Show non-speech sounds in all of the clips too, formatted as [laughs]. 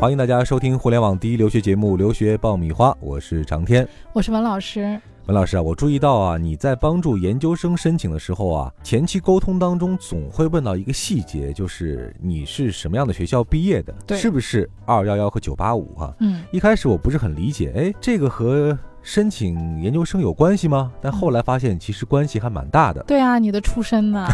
欢迎大家收听互联网第一留学节目《留学爆米花》，我是长天。我是文老师。文老师啊，我注意到啊，你在帮助研究生申请的时候啊，前期沟通当中总会问到一个细节，就是你是什么样的学校毕业的，对是不是二幺幺和九八五啊？嗯，一开始我不是很理解，哎，这个和申请研究生有关系吗？但后来发现其实关系还蛮大的。对啊，你的出 [laughs] 身呢？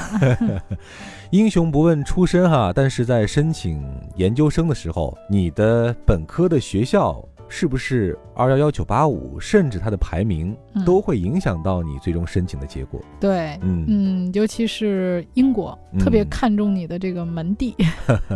英雄不问出身哈，但是在申请研究生的时候，你的本科的学校是不是二幺幺九八五，甚至它的排名嗯都会影响到你最终申请的结果。对，嗯，嗯，尤其是英国，嗯特别看重你的这个 [laughs] 门第，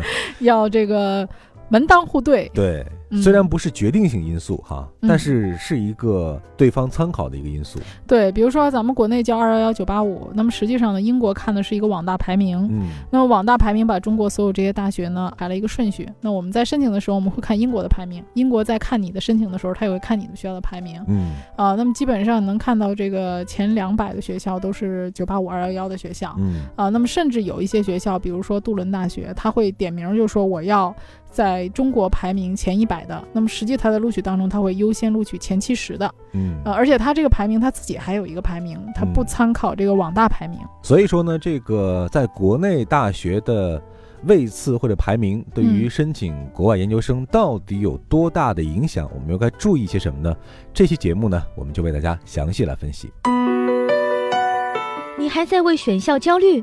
[laughs] 要这个门当户对。对，嗯虽然不是决定性因素哈，嗯但是是一个对方参考的一个因素。对，比如说咱们国内叫二幺幺九八五，那么实际上呢，英国看的是一个网大排名。嗯那么网大排名把中国所有这些大学呢排了一个顺序。那我们在申请的时候，我们会看英国的排名。英国在看你的申请的时候，他也会看你的学校的排名。嗯啊、那么基本上能看到这个前两百的学校都是九八五、二幺幺的学校。嗯啊、那么甚至有一些学校，比如说杜伦大学，他会点名儿就说我要在中国排名前一百的，那么实际他在录取当中，他会优先录取前七十的，嗯呃，而且他这个排名他自己还有一个排名，他不嗯参考这个网大排名，所以说呢，这个在国内大学的位次或者排名，对于嗯申请国外研究生到底有多大的影响，我们又该注意些什么呢？这期节目呢，我们就为大家详细来分析。你还在为选校焦虑？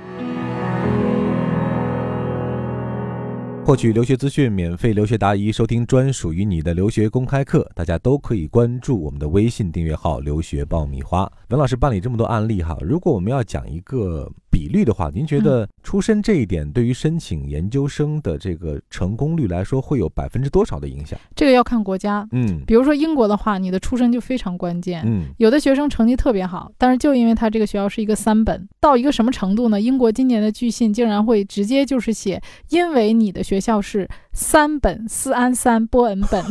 获取留学资讯、免费留学答疑、收听专属于你的留学公开课，大家都可以关注我们的微信订阅号“留学爆米花”。文老师办理这么多案例哈，如果我们要讲一个比率的话，您觉嗯得出身这一点对于申请研究生的这个成功率来说，会有百分之多少的影响？这个要看国家。嗯比如说英国的话，你的出身就非常关键。嗯有的学生成绩特别好，但是就因为他这个学校是一个三本，到一个什么程度呢？英国今年的巨信竟然会直接就是写，因为你的学校是三本斯安三波恩 [laughs] 本，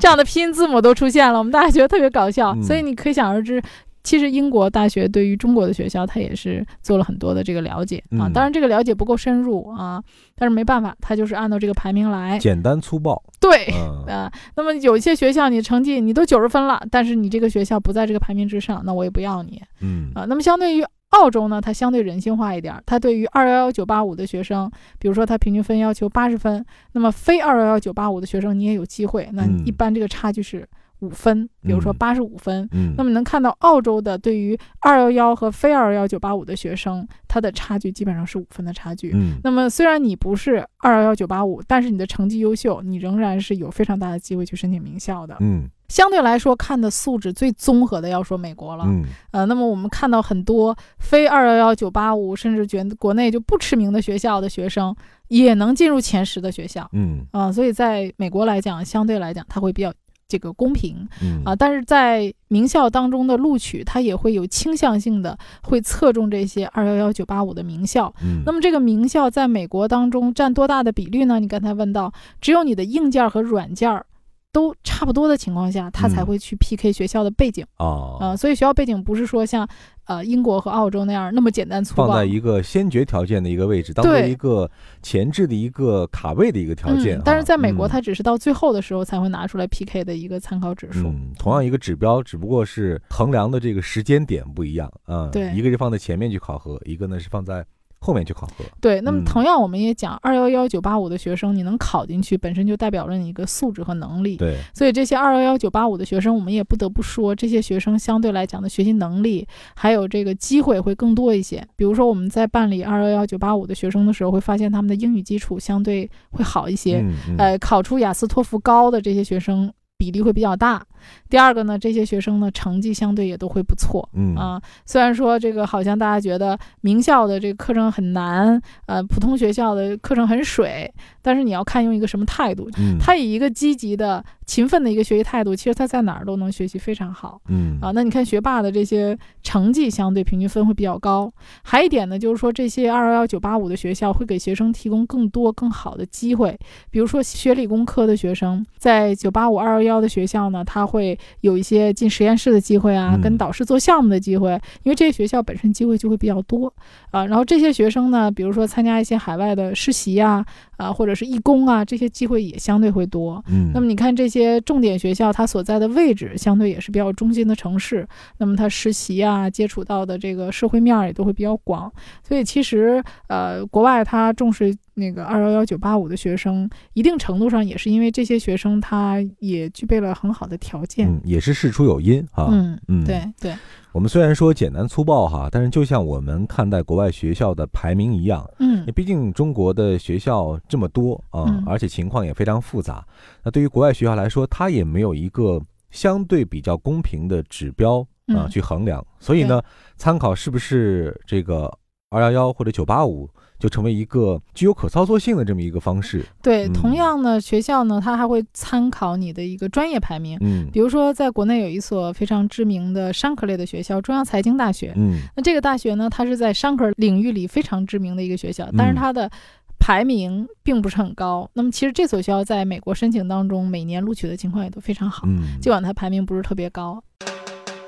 这样的拼音字母都出现了，我们大家觉得特别搞笑，嗯所以你可想而知。其实英国大学对于中国的学校，它也是做了很多的这个了解啊嗯，当然这个了解不够深入啊，但是没办法，它就是按照这个排名来。简单粗暴，对，嗯，呃，那么有一些学校你成绩你都九十分了，但是你这个学校不在这个排名之上，那我也不要你嗯啊、那么相对于澳洲呢，它相对人性化一点儿，它对于二幺幺九八五的学生，比如说它平均分要求八十分，那么非二幺幺九八五的学生你也有机会，那嗯一般这个差距是五分，比如说嗯八十五分。嗯，那么能看到澳洲的对于二幺幺和非二幺幺九八五的学生，它的差距基本上是五分的差距。嗯那么虽然你不是二幺幺九八五，但是你的成绩优秀，你仍然是有非常大的机会去申请名校的。嗯相对来说，看的素质最综合的要说美国了。嗯呃，那么我们看到很多非二幺幺九八五，甚至觉得国内就不驰名的学校的学生，也能进入前十的学校嗯啊、所以在美国来讲，相对来讲，它会比较这个公平。嗯啊，但是在名校当中的录取，它也会有倾向性的，会侧重这些二幺幺九八五的名校。嗯，那么这个名校在美国当中占多大的比率呢？你刚才问到，只有你的硬件儿和软件儿都差不多的情况下，他才嗯会去 PK 学校的背景啊、啊呃。所以学校背景不是说像呃英国和澳洲那样那么简单粗放暴在。一个先决条件的一个位置，当做对一个前置的一个卡位的一个条件嗯哈。，但是在美嗯国，它只是到最后的时候才会拿出来 PK 的一个参考指数。嗯，同样一个指标，只不过是衡量的这个时间点不一样啊。对一个是放在前面去考核，一个呢是放在后面去考核。对，那么嗯同样我们也讲，二幺幺九八五的学生，你能考进去，本身就代表了你一个素质和能力。对，所以这些二幺幺九八五的学生，我们也不得不说，这些学生相对来讲的学习能力还有这个机会会更多一些。比如说我们在办理二幺幺九八五的学生的时候，会发现他们的英语基础相对会好一些，呃嗯嗯呃，考出雅思托福高的这些学生比例会比较大。第二个呢，这些学生呢成绩相对也都会不错。嗯啊，虽然说这个好像大家觉得名校的这个课程很难，呃，普通学校的课程很水，但是你要看用一个什么态度。嗯，他以一个积极的、勤奋的一个学习态度，其实他在哪儿都能学习非常好嗯啊。那你看学霸的这些成绩相对平均分会比较高，还一点呢，就是说这些二幺幺九八五的学校会给学生提供更多更好的机会，比如说学理工科的学生在九八五二幺幺的学校呢，他会有一些进实验室的机会啊嗯，跟导师做项目的机会，因为这些学校本身机会就会比较多啊。然后这些学生呢，比如说参加一些海外的实习啊，啊或者是义工啊，这些机会也相对会多。嗯，那么你看这些重点学校，它所在的位置相对也是比较中心的城市，那么它实习啊，接触到的这个社会面儿也都会比较广。所以其实呃，国外它重视那个二幺幺九八五的学生，一定程度上也是因为这些学生他也具备了很好的条件。嗯也是事出有因哈。嗯，嗯，对对，我们虽然说简单粗暴哈，但是就像我们看待国外学校的排名一样，嗯毕竟中国的学校这么多啊、嗯而且情况也非常复杂。那对于国外学校来说，它也没有一个相对比较公平的指标啊、嗯去衡量，所以呢，参考是不是这个二幺幺或者九八五，就成为一个具有可操作性的这么一个方式。对，嗯同样呢，学校呢，它还会参考你的一个专业排名。嗯比如说，在国内有一所非常知名的商科类的学校——中央财经大学。嗯那这个大学呢，它是在商科领域里非常知名的一个学校，但是它的排名并不是很高。那么其实这所学校在美国申请当中，每年录取的情况也都非常好，嗯，尽管它排名不是特别高。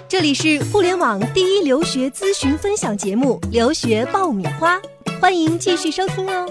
这里是互联网第一留学咨询分享节目《留学爆米花》，欢迎继续收听哦。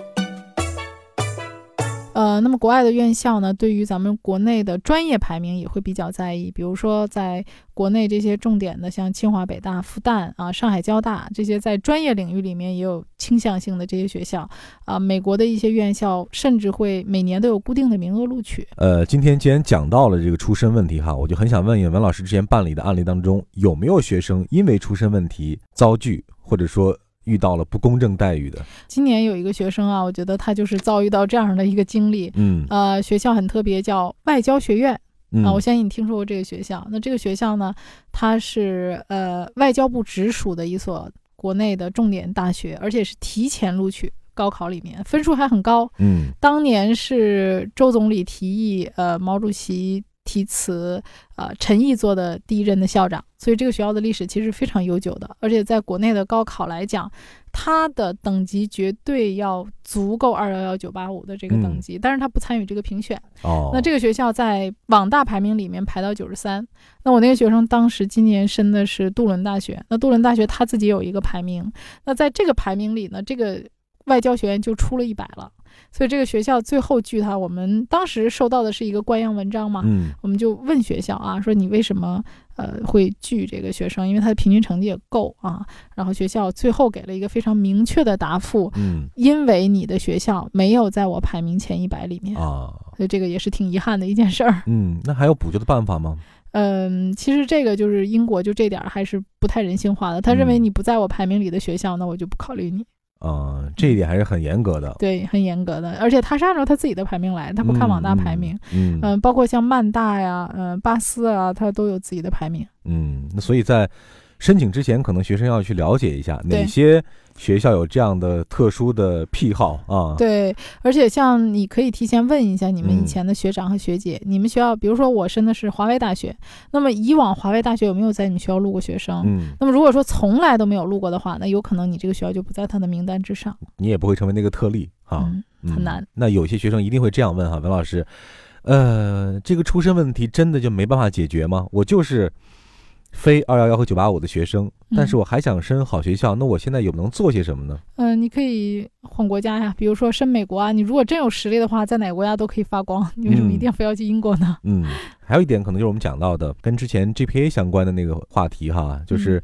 呃，那么国外的院校呢，对于咱们国内的专业排名也会比较在意。比如说，在国内这些重点的，像清华、北大、复旦啊、上海交大这些在专业领域里面也有倾向性的这些学校，啊、美国的一些院校甚至会每年都有固定的名额录取。呃，今天既然讲到了这个出身问题哈，我就很想问一问文老师之前办理的案例当中，有没有学生因为出身问题遭拒，或者说遇到了不公正待遇的？今年有一个学生啊，我觉得他就是遭遇到这样的一个经历。嗯呃，学校很特别，叫外交学院嗯啊、我相信你听说过这个学校。那这个学校呢，它是呃外交部直属的一所国内的重点大学，而且是提前录取高考里面，分数还很高。嗯当年是周总理提议，呃，毛主席题词，呃，陈毅做的第一任的校长，所以这个学校的历史其实非常悠久的，而且在国内的高考来讲，它的等级绝对要足够二幺幺九八五的这个等级，但是它不参与这个评选。哦，那这个学校在网大排名里面排到九十三，那我那个学生当时今年申的是杜伦大学，那杜伦大学他自己有一个排名，那在这个排名里呢，这个外交学院就出了一百了，所以这个学校最后拒他。我们当时收到的是一个官样文章嘛，嗯我们就问学校啊，说你为什么呃会拒这个学生？因为他的平均成绩也够啊。然后学校最后给了一个非常明确的答复，嗯因为你的学校没有在我排名前一百里面。啊所以这个也是挺遗憾的一件事儿。嗯，那还有补救的办法吗？嗯，其实这个就是英国就这点儿还是不太人性化的。他认为嗯你不在我排名里的学校，那我就不考虑你。啊、这一点还是很严格的，对，很严格的，而且他是按照他自己的排名来的，他不看网大嗯排名。，嗯嗯，包括像曼大呀，嗯，巴斯啊，他都有自己的排名。嗯，那所以在申请之前，可能学生要去了解一下对哪些学校有这样的特殊的癖好啊。，对，而且像你可以提前问一下你嗯们以前的学长和学姐，你们学校，比如说我申的是华为大学，那么以往华为大学有没有在你们学校录过学生？嗯，那么如果说从来都没有录过的话，那有可能你这个学校就不在他的名单之上。你也不会成为那个特例啊。嗯，很嗯难。那有些学生一定会这样问哈，文老师，呃，这个出身问题真的就没办法解决吗？我就是非二幺幺和九八五的学生，但是嗯我还想申好学校，那我现在有能做些什么呢？嗯、你可以换国家呀，比如说申美国啊。你如果真有实力的话，在哪个国家都可以发光。你为什么一定非要去英国呢？嗯，还有一点可能就是我们讲到的跟之前 GPA 相关的那个话题哈，嗯就是。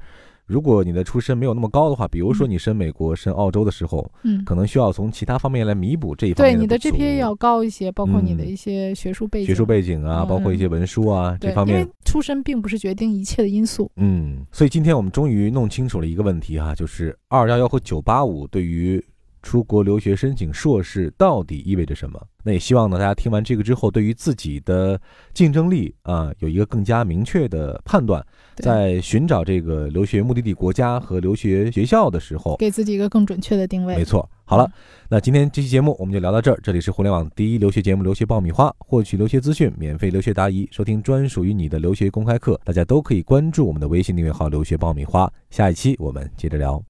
如果你的出身没有那么高的话，比如说你申美国、申澳洲的时候，嗯，可能需要从其他方面来弥补这一方对，面你的不足 GPA 要高一些，包括你的嗯一些学术背景。学术背景啊，嗯包括一些文书啊这对，方因面为。出身并不是决定一切的因素。嗯，所以今天我们终于弄清楚了一个问题哈、就是二幺幺和九八五对于出国留学申请硕士到底意味着什么？那也希望呢，大家听完这个之后，对于自己的竞争力啊、有一个更加明确的判断，对在寻找这个留学目的地国家和留学学校的时候，给自己一个更准确的定位。没错。好了，那今天这期节目我们就聊到这儿。这里是互联网第一留学节目《留学爆米花》，获取留学资讯，免费留学答疑，收听专属于你的留学公开课，大家都可以关注我们的微信订阅号“留学爆米花”。下一期我们接着聊。